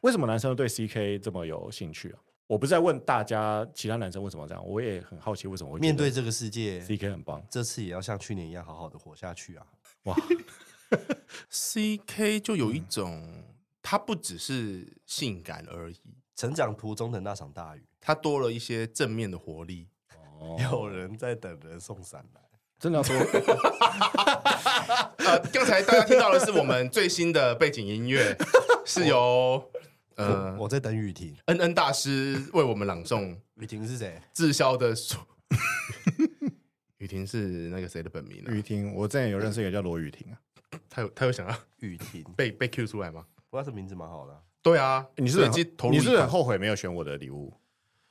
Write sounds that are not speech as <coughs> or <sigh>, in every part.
为什么男生对 CK 这么有兴趣啊？我不是在问大家其他男生为什么这样，我也很好奇为什么会觉得面对这个世界， CK 很棒这次也要像去年一样好好的活下去啊！哇， CK 就有一嗯种，它不只是性感而已，成长途中的那场大雨，它多了一些正面的活力。哦，有人在等人送伞来。真的要说，呃，刚才大家听到的是我们最新的背景音乐，是由呃我我在等雨婷，恩恩大师为我们朗诵雨婷是谁？滞销的书。 <laughs> 雨婷是那个谁的本名雨啊？婷， <laughs> 我之前有认识一个叫罗雨婷啊，他有他有想要雨婷，被被 Q 出来吗？不知道这名字蛮好的啊、对啊，你是不是已经投很你入一是不是半很后悔没有选我的礼物，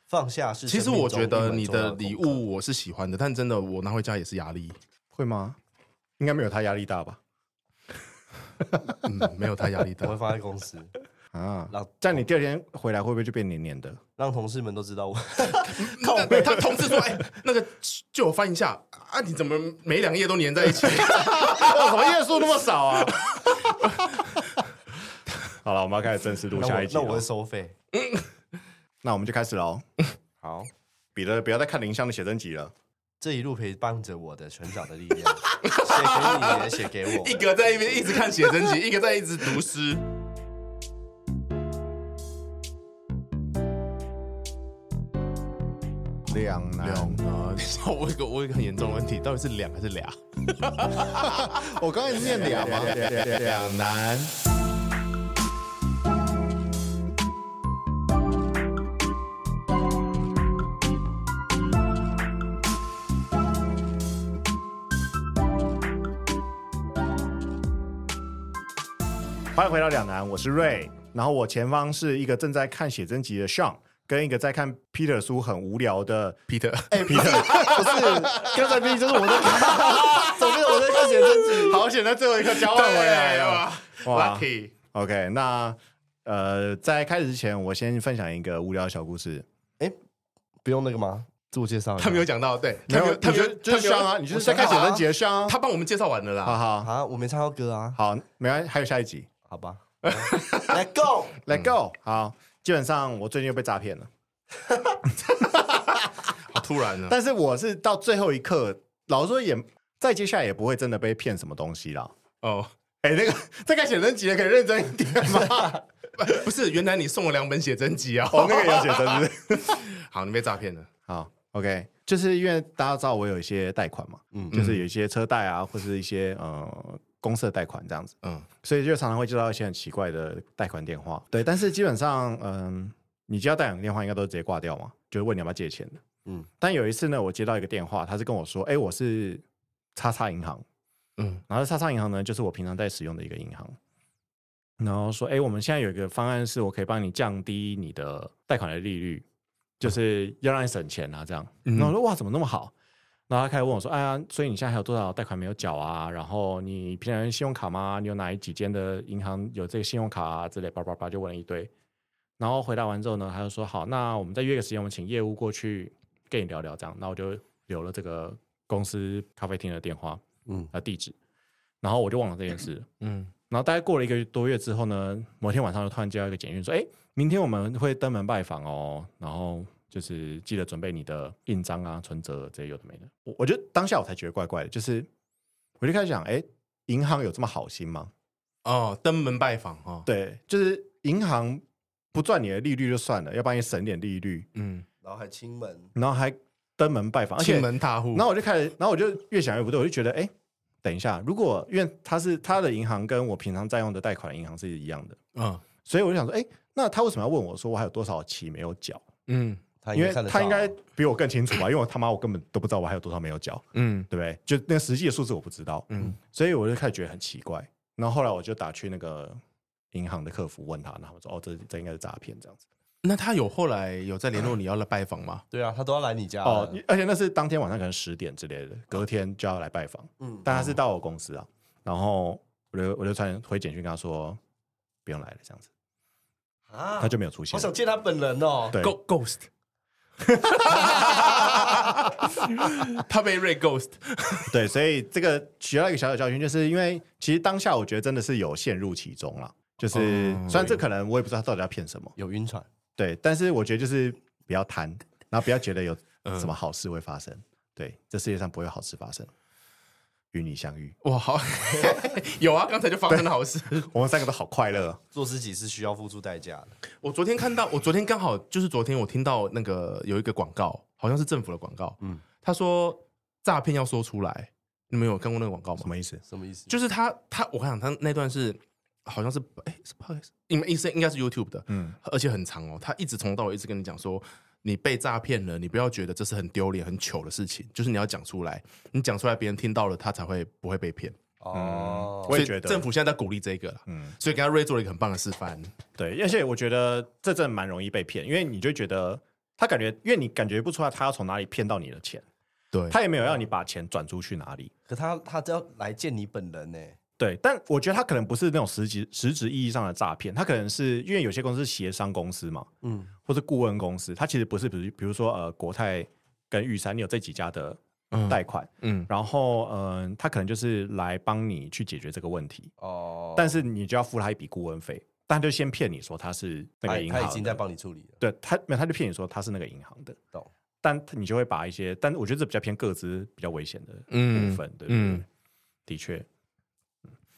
放下是其生实命我中觉得一门你重要的的礼功课，物我是喜欢的，但真的我拿回家也是压力，会吗？应该没有他压力大吧？嗯，没有他压力我会大。放在公司，啊，让这样你第二天回来会不会就变黏 <laughs> 黏的？让同事们都知道我。那他同事说：“哎，那个借我翻一下啊，你怎么每两页都粘在 <laughs> 一起？哦，怎么页数那么少啊？ <laughs> 好了，我们要开始正式录那下我一集哦那了。我会收费。那我们就开始喽。好，彼得，不要再看林香的写真集了。这一路陪伴着我的成长的力量，写给你也写给我 <laughs> 一。个在一边一直看写真集，一个在一直读诗。两难。啊，我有个我有个很严重的问题，到底是两还是俩？我刚才念两吗？两难。欢迎回到两难，我是瑞。然后我前方是一个正在看写真集的 Sean，跟一个在看 Peter 书很无聊的 Peter，哎 Peter，不是，刚才 Peter 就是我在 <laughs> 看，怎么我在看写 <laughs> 真集？好险，在最后一刻交换回来了。哇，Lucky， OK，那呃，在开始之前，我先分享一个无聊的小故事。不用那个吗？自我介绍一下。他没有讲到，对，他没有，他你没就有，就是他没有香啊，你就是在看写真集的香啊。他帮我们介绍完了啦好。好啊，我没唱到歌啊。好，没关系，还有下一集好吧 <laughs> ，Let go。 ，Let go。好，基本上我最近又被诈骗了，好突然呢，但是我是到最后一刻，老实说也再接下来也不会真的被骗什么东西啦。哦，哎，那个在看写真集的可以认真一点吗？ <laughs> 不是，原来你送了两本写真集啊。哦，那个有写真是不是好，你被诈骗了。 <laughs> 好，OK，就是因为大家知道我有一些贷款嘛，嗯就是有一些车贷啊，或是一些呃公司的贷款这样子。嗯，所以就常常会接到一些很奇怪的贷款电话。对，但是基本上，嗯，你接到贷款电话应该都直接挂掉嘛，就是问你要不要借钱的。嗯嗯，但有一次呢，我接到一个电话，他是跟我说：“哎、我是叉叉银行。”嗯嗯，然后叉叉银行呢，就是我平常在使用的一个银行。然后说：“哎、我们现在有一个方案，是我可以帮你降低你的贷款的利率，就是要让你省钱啊，这样。”然后我说：“哇，怎么那么好？”然后他开始问我说：“哎呀，所以你现在还有多少贷款没有缴啊？然后你平常用信用卡吗？你有哪几间的银行有这个信用卡啊之类？叭叭叭就问了一堆。然后回答完之后呢，他就说：好，那我们再约个时间，我们请业务过去跟你聊聊这样。那我就留了这个公司咖啡厅的电话，嗯嗯，呃地址。然后我就忘了这件事了。嗯，然后大概过了一个多月之后呢，某天晚上就突然接到一个简讯说：“哎，明天我们会登门拜访哦，然后就是记得准备你的印章啊、存折这些有的没的。我”我觉得当下我才觉得怪怪的，就是我就开始想：哎，银行有这么好心吗？哦，登门拜访哈。对，就是银行不赚你的利率就算了，要帮你省点利率，嗯，然后还亲门，然后还登门拜访，而且亲门踏户。然后我就开始，然后我就越想越不对，我就觉得，哎，等一下，如果因为它是它的银行跟我平常在用的贷款银行是一样的。嗯所以我就想说，哎、那他为什么要问我说我还有多少期没有缴？嗯他因为看得他应到啊该比我更清楚吧？因为我他妈我根本都不知道我还有多少没有缴，嗯对不对？就那个实际的数字我不知道，嗯所以我就开始觉得很奇怪。然后后来我就打去那个银行的客服问他，然后我说哦，这这应该是诈骗这样子。那他有后来有在联络你要来拜访吗？对啊，他都要来你家哦了，而且那是当天晚上可能十点之类的，隔天就要来拜访，嗯，但他是到我公司啊，然后我就我就传回简讯跟他说不用来了这样子，啊他就没有出现好。想见他本人哦。对 Go Ghost，他被瑞 Ghost，对，所以这个学到一个小小教训，就是因为其实当下我觉得真的是有陷入其中了，就是嗯虽然这可能我也不知道他到底要骗什么，有晕船，对，但是我觉得就是不要贪，然后不要觉得有什么好事会发生，对，这世界上不会有好事发生。与你相遇，哇，好 <laughs> 有啊，刚才就发生了好事。我们三个都好快乐哦。做自己是需要付出代价的。我昨天看到，我昨天刚好就是昨天我听到那个有一个广告，好像是政府的广告，嗯嗯，他说诈骗要说出来，你们有看过那个广告吗什？么意思？什么意思？就是他他，我看想他那段是好像是哎、是 podcast，应应是应该是 YouTube 的，嗯，而且很长哦，他一直从头到尾一直跟你讲说。你被诈骗了，你不要觉得这是很丢脸、很糗的事情，就是你要讲出来，你讲出来，别人听到了，他才会不会被骗。哦，我也所觉以得政府现在在鼓励这个了，嗯所以刚刚瑞做了一个很棒的示范。对，而且我觉得这真的蛮容易被骗，因为你就觉得他感觉，因为你感觉不出来他要从哪里骗到你的钱，对，他也没有要你把钱转出去哪里。可他他要来见你本人呢、对，但我觉得他可能不是那种实质实质意义上的诈骗，他可能是因为有些公司是协商公司嘛，嗯，或是顾问公司，他其实不是，比如比如说呃国泰跟玉山，你有这几家的嗯贷款，嗯，然后嗯、呃他可能就是来帮你去解决这个问题，哦，但是你就要付他一笔顾问费，但就先骗你说他是那他个银行他的，已经在帮你处理了，对他没有，他就骗你说他是那个银行的，懂？但他你就会把一些，但我觉得这比较偏个资比较危险的嗯部分，对不对？嗯的确，嗯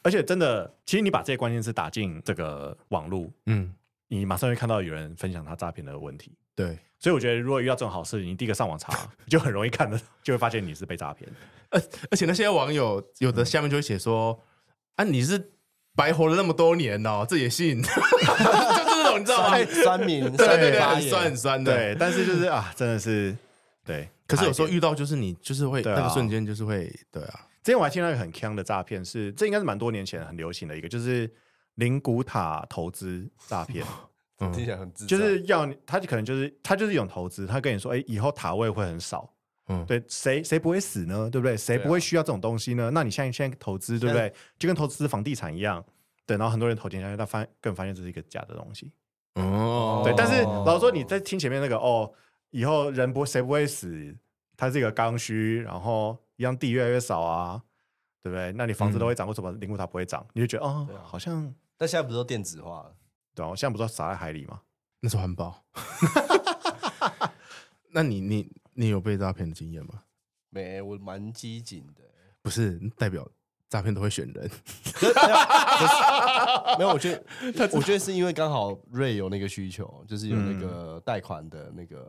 而且真的，其实你把这些关键字打进这个网络，嗯，你马上会看到有人分享他诈骗的问题。对。所以我觉得，如果遇到这种好事，你第一个上网查， <laughs> 你就很容易看的，就会发现你是被诈骗。而且那些网友有嗯的下面就会写说：“啊，你是白活了那么多年哦，这也信？” <laughs> 就这种你知道吗？酸 <laughs> 对酸民，对酸对民对，发很言酸很酸的。对，但是就是啊，真的是对。可是有时候差一点遇到就是你就是会对啊那个瞬间就是会对啊，之前我还听到一个很坑的诈骗，是这应该是蛮多年前很流行的一个，就是灵骨塔投资诈骗。听嗯起来很智就障是要你，他可能就是他就是一种投资，他跟你说，哎、以后塔位会很少，嗯，对，谁谁不会死呢？对不对？谁对啊不会需要这种东西呢？那你现在现在投资，对不对？就跟投资房地产一样，对。然后很多人投钱下去，他发更发现这是一个假的东西，哦，对。但是哦老实说，你在听前面那个哦，以后人不谁不会死，它是一个刚需，然后一样地越来越少啊，对不对？那你房子都会涨，为什么灵骨塔不会涨？你就觉得哦对啊，好像但现在不是都电子化了？对啊，我现在不知道撒在海里吗？那是环保。 <laughs> 那你你你有被诈骗的经验吗？没，我蛮机警的。不是代表诈骗都会选人，可是没有可是没有，我觉得，我觉得是因为刚好瑞有那个需求，就是有嗯那个贷款的那个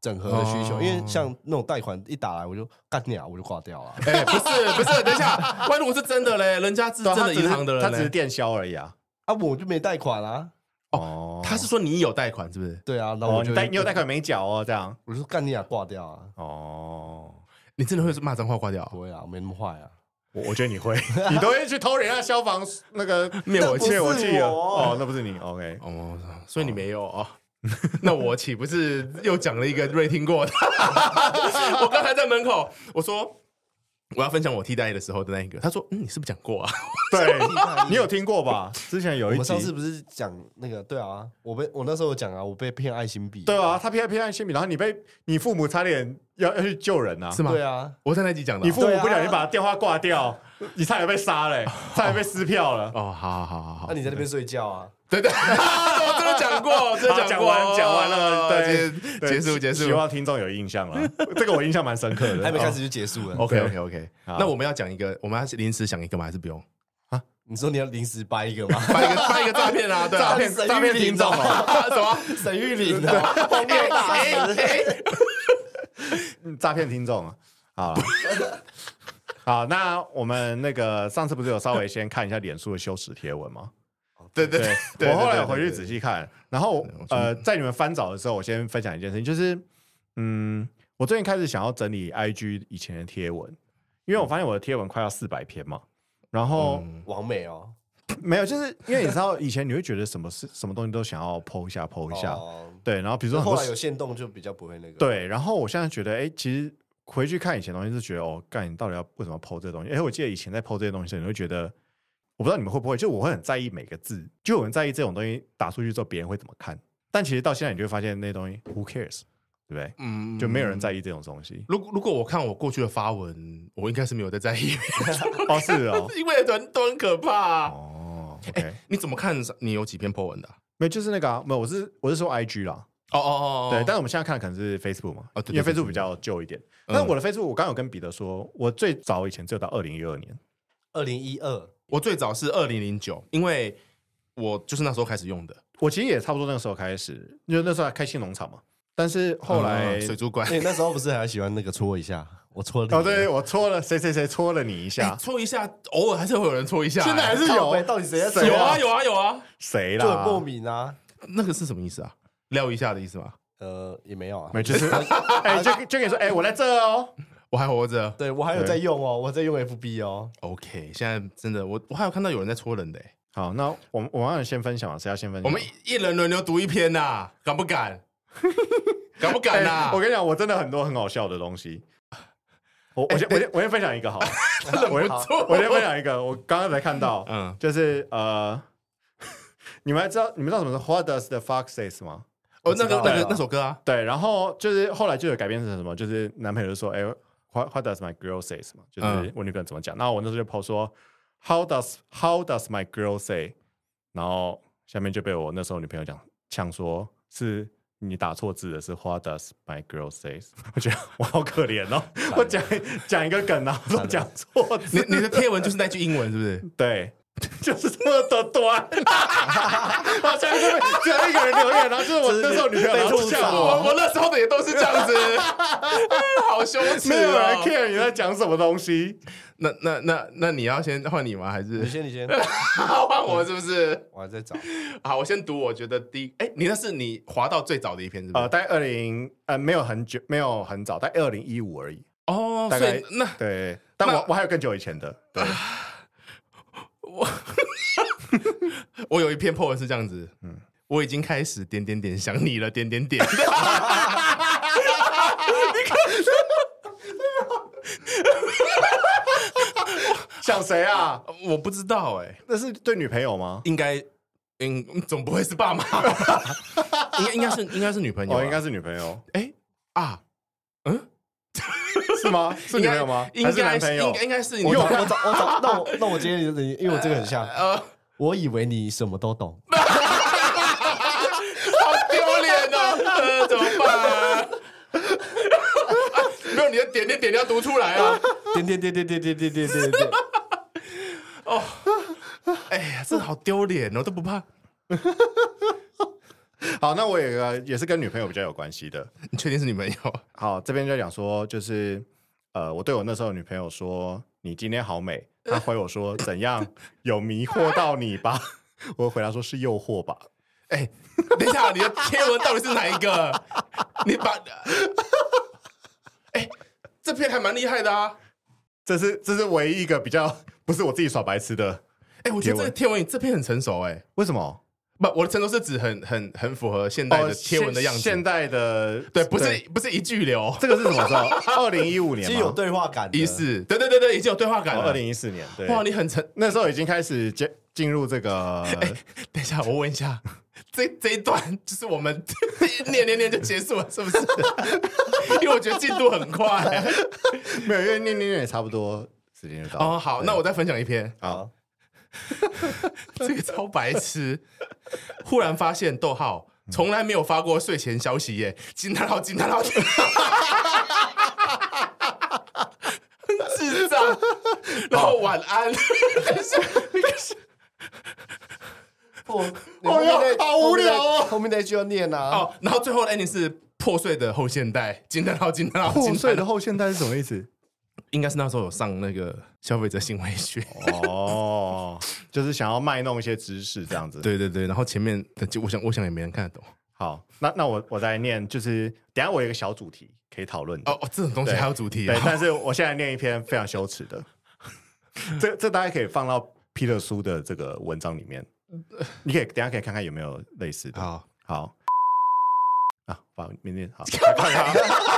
整合的需求。因哦为像那种贷款一打来，我就干鸟，我就挂掉啊了。 <laughs> 哎、不是不是，等一下， <laughs> 万一我是真的嘞，人家是真对啊的银行的人嘞，哦他只是电销而已啊。 <laughs> 啊，我就没贷款啊。哦他是说你有贷款是不是？对啊，然后哦，我就你贷你有贷款没缴哦，这样我就干你啊，挂掉啊。哦。你真的会骂脏话挂掉啊？不会啊，没那么坏啊。我我觉得你会， <laughs> 你都会去偷人家消防那个 <laughs> 灭火器灭火器啊！我哦，那不是你，OK？ <laughs> 哦，所以你没有哦。 <laughs> 那我岂不是又讲了一个瑞听过的？ <laughs> 我刚才在门口，我说我要分享我替代役的时候的那一个，他说：“嗯，你是不是讲过啊对，你有听过吧？之前有我一们上次集，不是讲那个？对啊，我被我那时候有讲啊，我被骗爱心笔。对啊，他偏爱偏爱铅笔，然后你被你父母差点要要去救人啊？”是吗？对，啊，我在那集讲的啊。你父母不小心把电话挂掉，你差点被杀 <laughs> 嘞，差点被撕票了。哦，好好好好好，那你在那边睡觉啊？对对，我真的讲过，真的讲过，完讲完了，对，结对结束结希束。望听众有印象 <laughs> 了。这个我印象蛮深刻的，还没开哦始就结束了。 OK OK OK，好那我们要讲一个，我们要临时想一个吗？还是不用？你说你要临时掰一个吗？ <laughs> 发一个 <laughs> 发一个诈骗啊，哦对啊，诈骗诈骗听众啊，什么？沈玉琳哦的啊荒谬大哎师，嗯诈骗听众啊。好啦， <laughs> 好，那我们那个上次不是有稍微先看一下脸书的羞耻贴文吗？哦对对对对，我后来对有回去仔细看，然后呃，在你们翻找的时候，我先分享一件事情，就是嗯，我最近开始想要整理 IG 以前的贴文，因为我发现我的贴文快要四百篇嘛。然后、嗯王美哦，没有，就是因为你知道以前你会觉得什么事、什么东西都想要剖一下、剖一下，哦对。然后比如说很多后来有限动就比较不会那个，，对，然后我现在觉得，哎、其实回去看以前的东西，是觉得哦，干，你到底要为什么抛这东西？哎、我记得以前在抛这些东西的时候，你会觉得，我不知道你们会不会，就我会很在意每个字，就我很在意这种东西打出去之后别人会怎么看。但其实到现在，你就会发现那东西，who cares，对不对？嗯就没有人在意这种东 <laughs> 西。如果如果我看我过去的发 <laughs> 文，我应该是没有在在意，啊哦，是哦，因为很多很可怕、哦， OK，、你怎么看？你有几篇 po 文的啊、没有就是那个、啊，没有，我是我是说 IG 啦，哦哦哦，对，但是我们现在看的可能是 Facebook 嘛，哦对对因为对 Facebook 对嗯比较旧一点。但我的 Facebook 我刚有跟彼得说，我最早以前只有到二零一二年，二零一二，我最早是二零零九，因为我就是那时候开始用的。我其实也差不多那个时候开始，因为那时候还开新农场嘛。但是后来，嗯水族馆哎、那时候不是还喜欢那个搓一下，我搓了哦，对，我戳了谁谁谁戳了你一下，哎搓一下，偶尔还是会有人搓一下、现在还是靠背有到底谁在谁谁有啊啊有啊有啊，谁就很啦？过敏啊。那个是什么意思啊？撩一下的意思吗？呃，也没有啊，没，就是 <laughs> 哎，就就跟你说，哎，我在这哦。我还活着。对我还有在用哦，我在用 FB 哦。 OK，现在真的，我我还有看到有人在戳人的、欸，好，那我们我们要先分享，谁要先分享？我们一一人轮流读一篇呐、敢不敢？敢不敢呐、哎我跟你讲，我真的很多很好笑的东西。我哎我先我先我先分享一 <laughs> 个好了，我先我先分享一个，我刚刚才看到，嗯，就是呃， <laughs> 你们还知道你们知道什么是 What Does the Fox Says 吗？哦，那个我知道那个了那首歌啊，对，然后就是后来就有改编成什么，就是男朋友就说，哎、w h a t What Does my girl says 嘛，就是嗯我女朋友怎么讲。然后我那时候就 PO 说，How does How does my girl say？然后下面就被我那时候女朋友讲呛说，是你打错字了，是 What does my girl says？我觉得我好可怜哦，我讲讲一个梗，然后都讲错字，你你的贴文就是那句英文是不是？对，就是这么的 <laughs> 短。然后下面就被只有一个人留言，然后就是我那时候女朋友，然后就被呛吐我槽。我我那时候的也都是这 <laughs> 样子，好羞耻、哦。没有人 care 你在讲什么东西。那那那那你要先换你吗？还你 <laughs> 是先，<laughs> 你先，换我是不是？我还在找。好，我先读。我觉得第一，哎、你那是你滑到最早的一篇是不是？呃，大概二零呃没有很久，没有很早，大概二零一五而已。哦，大所概以那对，但那我我还有更久以前的，对，我有一篇 po 文是这样子，嗯，我已经开始点点点想你了，点点点。 <laughs> 你看，像谁啊？我不知道哎、那是对女朋友吗？应该，嗯，总不会是爸 <laughs> 妈吧？应该应该是应该是女朋友吧，啊哦，应该是女朋友 <laughs> 哎、啊，是吗？是女朋友吗？应还是该男是朋友应？该应该是你我女找，朋友我找，我找。那我那我今天你，因为我这个很像。呃，我以为你什么都懂，好丢脸哦，呃，怎么办、啊？没有你的点点点要读出来啊！点点点点点点点点点 <laughs> 点。哎呀，这好丢脸哦，都不怕。好，那我有一个也是跟女朋友比较有关系的。你确定是女朋友？好，这边就讲说，就是呃，我对我那时候的女朋友说：“你今天好 <laughs> 美。”她回我说：“怎样？有迷惑到你吧？” <laughs> 我回答说：“是诱惑吧。”哎、等一下，你的贴文到底是哪一个？你把，哎、这篇还蛮厉害的啊！这是这是唯一一个比较不是我自己耍白痴的。哎、我觉得这贴个文贴文，这篇很成熟哎、为什么？哦不，我的成熟是指很很很符合现代的贴文的样子。现现代的对，不是不是一句流，这个是什么时 <laughs> 候？二零一五年其吗，哦实有对话感的，一是对对对对，已经有对话感了。二零一四年，对，啊哇，你很成。那时候已经开始进进入这个，哎等一下，我问一下， <laughs> 这这一段就是我们 <laughs> 念念念就结束了，是 <laughs> 不是？因为我觉得进度很快、没有，因为念念念也差不多时间就到了。哦，好，那我再分享一篇。好，这个超白痴。忽然发现，逗号从来没有发过睡前消息耶！惊叹号，惊叹号，惊叹号智障。然后晚安，等一下等一下我哎呀好无聊哦后面那句要念啊，哦，然后最后的 ending 是破碎的后现代，惊叹号，惊叹号，破惊碎叹的号。后现代是什么意 <laughs> 思？应该是那时候有上那个消费者行为学。哦，就是想要卖弄一些知识这样子。，对对对，然后前面的就我想，我想也没人看得懂。好，那那我我再念，就是等一下我有一个小主题可以讨论的哦，哦，这种东西对还有主题啊、对，但是我现在念一篇非常羞耻的，这这大家可以放到 Peter 苏的这个文章里面，你可以等一下可以看看有没有类似 <laughs> 的。好，好啊，把明天好，啊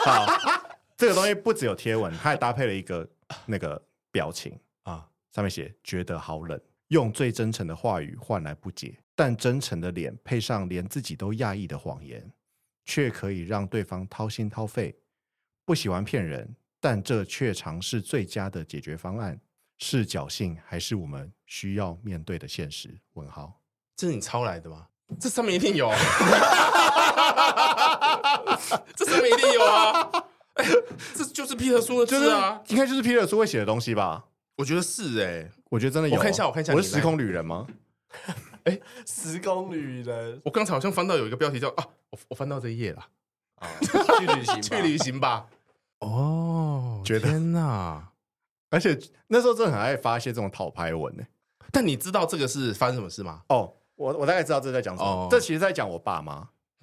好，这个东西不只有贴文，它还搭配了一个那个表情啊，上面写觉得好冷，用最真诚的话语换来不解，但真诚的脸配上连自己都讶异的谎言，却可以让对方掏心掏肺。不喜欢骗人，但这却常是最佳的解决方案。是侥幸，还是我们需要面对的现实？问号。这是你抄来的吗？这上面一定有，啊 <laughs> 这上面一定有啊！ <laughs> 哎这就是 Peter 说的字啊，应该就是皮尔苏会写的东西吧？我觉得是哎，我觉得真的有。啊我看一下我看一下我你是来时空旅人吗？时空旅人我刚才好像翻到有一个标题叫啊，我我翻到这一页了，哦啊， <laughs> 去旅行吧，去旅行吧。哦，觉得天哪！而且那时候真的很爱发一些这种讨拍文呢、但你知道这个是发生什么事吗？哦，我我大概知道这在讲什么。哦这其实在讲我爸妈。 <laughs>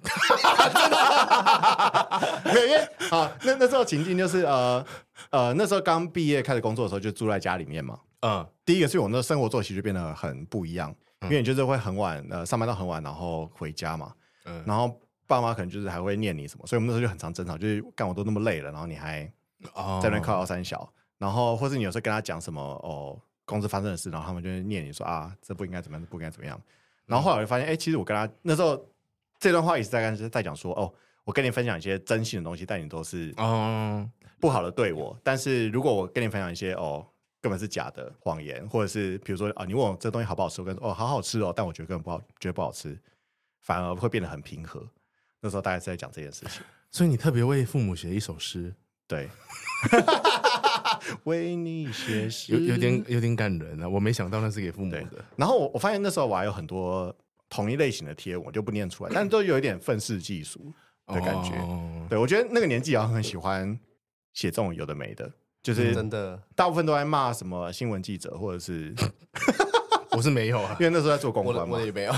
没有，因为啊，那那时候情境就是呃呃，那时候刚毕业开始工作的时候，就住在家里面嘛。嗯，第一个是我那生活作息就变得很不一样，因为你就是会很晚，呃，上班到很晚，然后回家嘛，嗯然后爸妈可能就是还会念你什么，所以我们那时候就很常争吵，就是干我都那么累了，然后你还哦在那边靠腰三小，然后或是你有时候跟他讲什么哦，公司发生的事，然后他们就会念你说啊，这不应该怎么样，这不应该怎么样，然后后来我就发现，哎、其实我跟他那时候这段话也是在是在讲说哦。我跟你分享一些真心的东西，但你都是哦，不好的对我。但是如果我跟你分享一些哦，根本是假的谎言，或者是比如说啊，你问我这东西好不好吃，我跟你说哦好好吃哦，但我觉得根本不好，觉得不好吃，反而会变得很平和。那时候大概是在讲这件事情，所以你特别为父母写了一首诗，对。 <laughs> 为你写诗，有有点有点感人啊！我没想到那是给父母对的。。然后我我发现那时候我还有很多同一类型的贴文，我就不念 <laughs> 出来，但都有一点愤世嫉俗的感觉。哦对我觉得那个年纪也很喜欢写这种有的没嗯的，就是嗯真的大部分都在骂什么新闻记者，或者是 <laughs> 因我是没有啊。为那时候在做公我的关嘛我的。也没 <laughs> 有。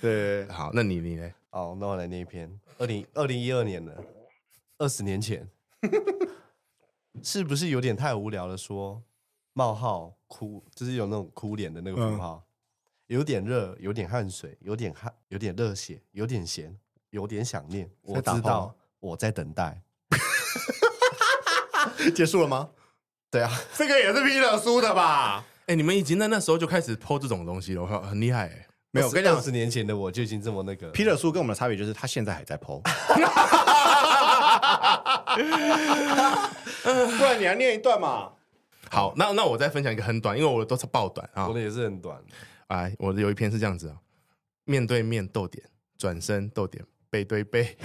对，哦好，那你你呢？好，那我来念一篇二零二零一二年的，二十年前， <laughs> 是不是有点太无聊了？说冒号哭，就是有那种哭脸的那个嗯符号，有点热，有点汗水，有点汗，有点热血，有点咸，有点想念。我打知炮吗道我在等待。 <laughs> 结束了吗？对啊，这个也是 Peter 输的吧？哎，你们已经在那时候就开始剖这种东西了，我靠，很厉害哎！没有，我跟你二讲十年前的我就已经这么那个。 ，Peter 输跟我们的差别就是他现在还在 <laughs> PO。不然你要念一段嘛？好，那那我再分享一个很短，因为我的都是爆短啊我。的也是很短，哎，我的有一篇是这样子啊：面对面逗点，转身逗点，背对背，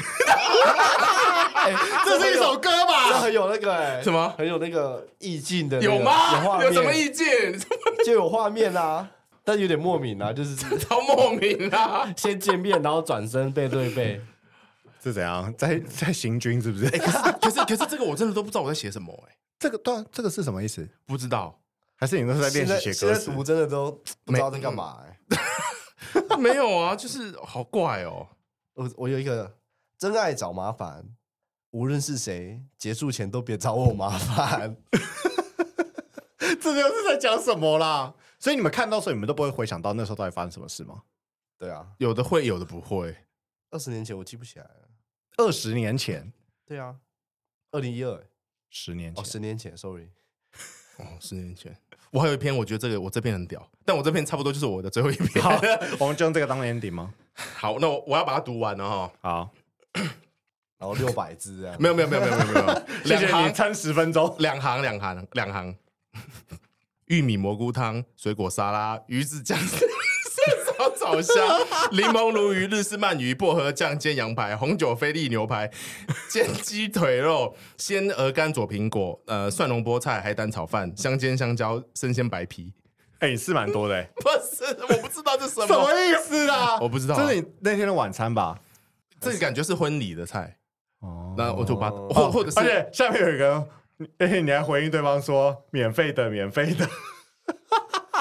哎 <laughs> 这是一首歌这吧？很有那个、欸，什么很有那个意境的那个、 <laughs> 有有画吗？面，有什么意见？你这 <laughs> 么就有画面啊，但有点莫名啊，就是 <laughs> 超莫名啊！先见面，然后转身背对背。 <laughs> 是怎样？在在行军是不是？ <laughs> 可是可是这个我真的都不知道我在写什么哎， <laughs> 这个对啊，这个是什么意思？不知道，还是你们都在练现在习写现歌在词？嗯读真的都不知道在干嘛、欸。 <laughs> 没有啊，就是好怪哦。我我有一个真爱找麻烦，无论是谁，结束前都别找我麻烦。 <laughs> <laughs> 这又是在讲什么啦？所以你们看到的时候，你们都不会回想到那时候到底发生什么事吗？对啊，有的会，有的不会。二十年前我记不起来了。二十年前，对啊，二零一二十年哦，前，十年前，sorry。哦，十年前，我还有一篇，我觉得这个我这篇很屌，但我这篇差不多就是我的最后一篇。好， <laughs> 我们就用这个当 ending 吗？那我我要把它读完了哈。好，然后六百字 <laughs> 啊，没有没有没有没有没有没有，谢谢两行你撑十分钟。两行两行两行，玉米蘑菇汤、水果沙拉、鱼子酱。 <laughs> 烧炒虾、柠檬鲈鱼、日式鳗鱼、薄荷酱、煎羊排、红酒菲力牛排、煎鸡腿肉、鲜鹅肝左苹果、呃蒜蓉菠菜、海胆炒饭、香煎香蕉、生鲜白皮。哎、你是蛮多的、欸 <laughs> ，不是，我不知道这是 <laughs> 什什么么，意思啊？我不知道啊这是你那天的晚餐吧？这个感觉是婚礼的菜。哦，那我就把哦或或者而是且下面有一个， <laughs> 而且你还回应对方说免费的，免费的。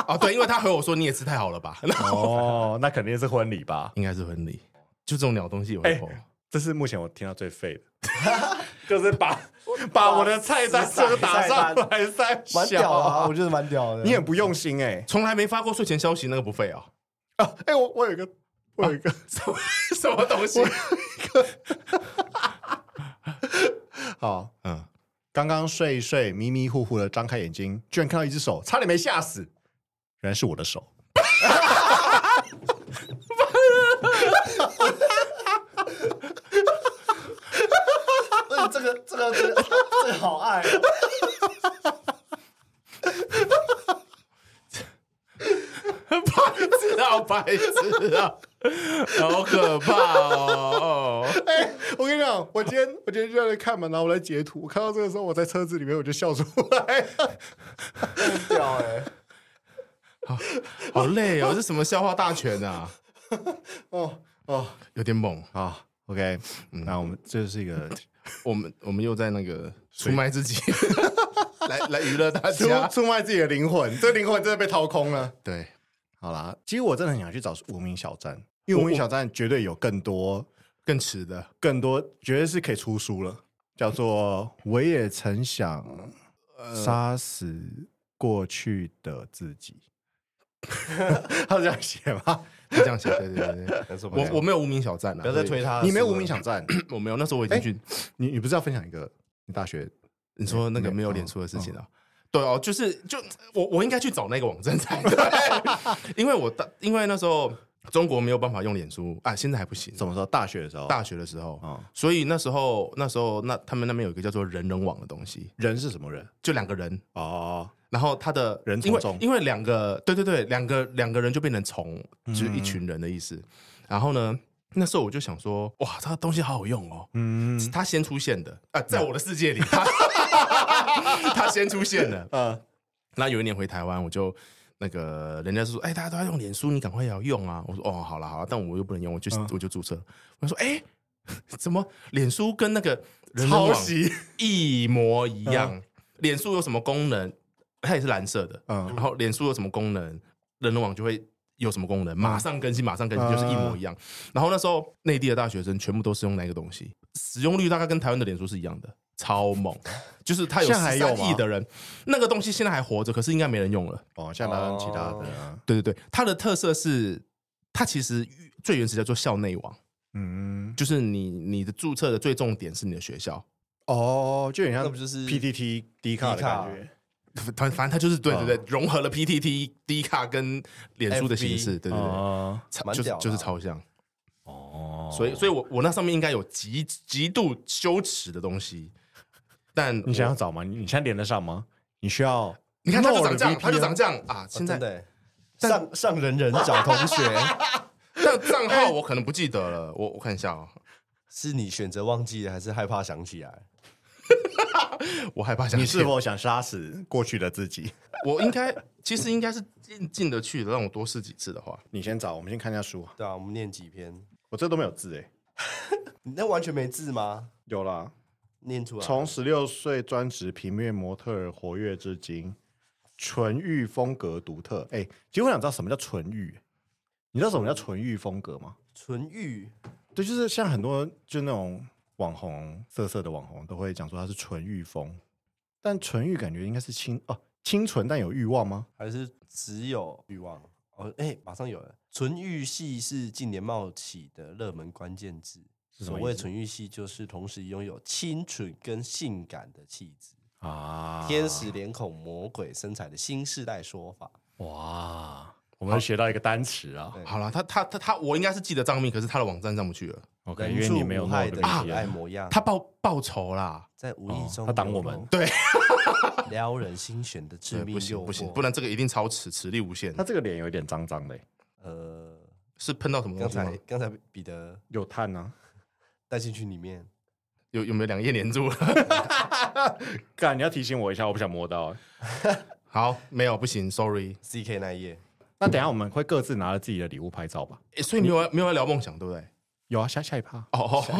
啊，对，因为他和我说你也吃太好了吧， <laughs> 那哦，那肯定是婚礼吧？应该是婚礼。就这哦种鸟东西我会哎剖这是目前我听到最废的， <laughs> 就是把把我的菜单这个打上来塞小，蛮屌的啊，我觉得蛮屌的。 <laughs> 你很不用心哎、从来没发过睡前消息，那个不费啊？啊！哎、我我有一个，我有一个，什啊么 <laughs> 什么东 <laughs> 西？好，嗯，刚刚睡一睡，迷迷糊糊的张开眼睛，居然看到一只手，差点没吓死，原来是我的手。哎 <laughs> <laughs> 啊这个这个这个这个好爱哦，坏事啊， <laughs> 好可怕哦！哦哎、我跟你讲，我今天我今天就在那看嘛，然后我来截图，我看到这个时候我在车子里面我就笑出来。 <laughs> 掉哎，好累哦，这什么笑话大全啊？哦哦，有点猛。好，OK，、那我们这是一个我们我们又在那个出卖自己， <laughs> 来来娱乐 <laughs> 大出家。出卖自己的灵魂，这灵魂真的被掏空了。对，好啦。其实我真的很想去找无名小站，因为无名小站绝对有更多、更迟的更多，绝对是可以出书了。<laughs> 叫做我也曾想杀死过去的自 <laughs> 己，他这样写吗？是这样写。对对对对，但是我我没有无名小站啊，不要再推他了，你没有是无吗名小站，所以我没有。那时候我已经去， <coughs> 你你不是要分享一个你大学你说那个没有脸书的事情啊？对哦，就是就我我应该去找那个网站才对，因为我当因为那时候中国没有办法用脸书啊，现在还不行。什么时候？大学的时候，大学的时候，哦所以那时候那时候那他们那边有一个叫做人人网的东西，人是什么人？就两个人，哦，然后他的人从因为众因为两个对对对，两个两个人就变成虫，就是一群人的意思。然后呢，那时候我就想说，哇，他的东西好好用哦，嗯，是他先出现的啊、在我的世界里，他他先出现的。呃，那有一年回台湾，我就那个人家就说，哎，大家都在用脸书，你赶快也要用啊。我说，哦，好了好了，但我又不能用，我就、嗯我就注册。我说，哎， <laughs> 怎么脸书跟那个人人网抄袭，一模一样。脸书有什么功能？它也是蓝色的。嗯然后脸书有什么功能？人人网就会有什么功能？马上更新，马上更新，嗯就是一模一样。然后那时候内地的大学生全部都是用那个东西，使用率大概跟台湾的脸书是一样的，超 <laughs> 猛。就是它有现在还十有三吗亿的人，那个东西现在还活着，可是应该没人用了。哦，像当然其他的啊，对对对，它的特色是，它其实最原始叫做校内网，嗯，就是你你的注册的最重点是你的学校。哦，就很像那不就是 PTT 低卡的啊感觉，反反正它就是对嗯对对，融合了 PTT、D 卡跟脸书的形式，对对对，哦超嗯蛮就是屌的啊就是超像。哦，所以所以我我那上面应该有极极度羞耻的东西，但你想要我找吗？你你现在连得上吗？你需要你看它就 No 长这样， VPN 它就长这样啊！哦现在真的欸上上人人找同学， <laughs> 但账哎号我可能不记得了，我我看一下哦，是你选择忘记了还是害怕想起来？我害怕想你起是否想杀死过去的自己？ <laughs> 我应该其实应该是进进得去的，让我多试几次的话，你先找，我们先看一下书。对啊，我们念几篇，我这都没有字哎，你那完全没字吗？有啦。念出来，从十六岁专职平面模特儿活跃至今，纯欲风格独特。哎，其实我想知道什么叫纯欲，你知道什么叫纯欲风格吗？纯欲对，就是像很多就那种网红色色的网红都会讲说他是纯欲风，但纯欲感觉应该是清哦清纯但有欲望吗？还是只有欲望？哦，哎、马上有了。纯欲系是近年冒起的热门关键字。是什么所意思谓纯欲系，就是同时拥有清纯跟性感的气质，啊天使脸孔、魔鬼身材的新时代说法。哇！我们又学到一个单词啊对好了，他他他他，我应该是记得账密，可是他的网站上不去了， ，OK，因人为畜你没有无那害么的多可理爱解模样，他报报仇啦。在无哦意中他挡流我们露对， <laughs> 撩人心弦的致对命不行诱惑。不行，不然这个一定超尺，磁力无限他。这个脸有点脏脏的欸，呃，是喷到什么刚东西吗才？刚才彼得有碳啊，带进去里面，有有没有两夜连住了？干，你要提醒我一下，我不想摸到欸。 <laughs> 好，没有，不行，sorry。 CK 那一页，那等一下我们会各自拿着自己的礼物拍照吧？诶所以没有要没有要聊梦想，对不对？有啊，下下一趴。哦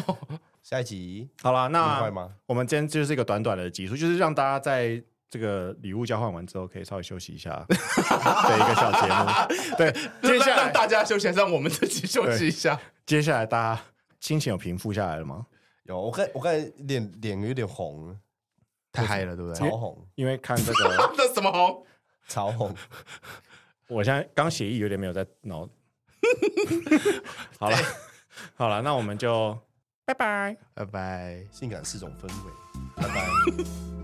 哦，下一集好啦，愉那快吗？我们今天就是一个短短的集数，就是让大家在这个礼物交换完之后，可以稍微休息一 <laughs> 下的一个小节目。对，接下让来让大家休息，还是让我们自己休息一下。接下来大家心情有平复下来了吗？有，我看我看脸脸有点红，太嗨了，对不潮对？红，因为看这个， <laughs> 那什么红？潮红，我现在刚协议有点没有在 <laughs> 脑。好了，好了，那我们就拜拜。拜拜。性感是种氛围，拜拜。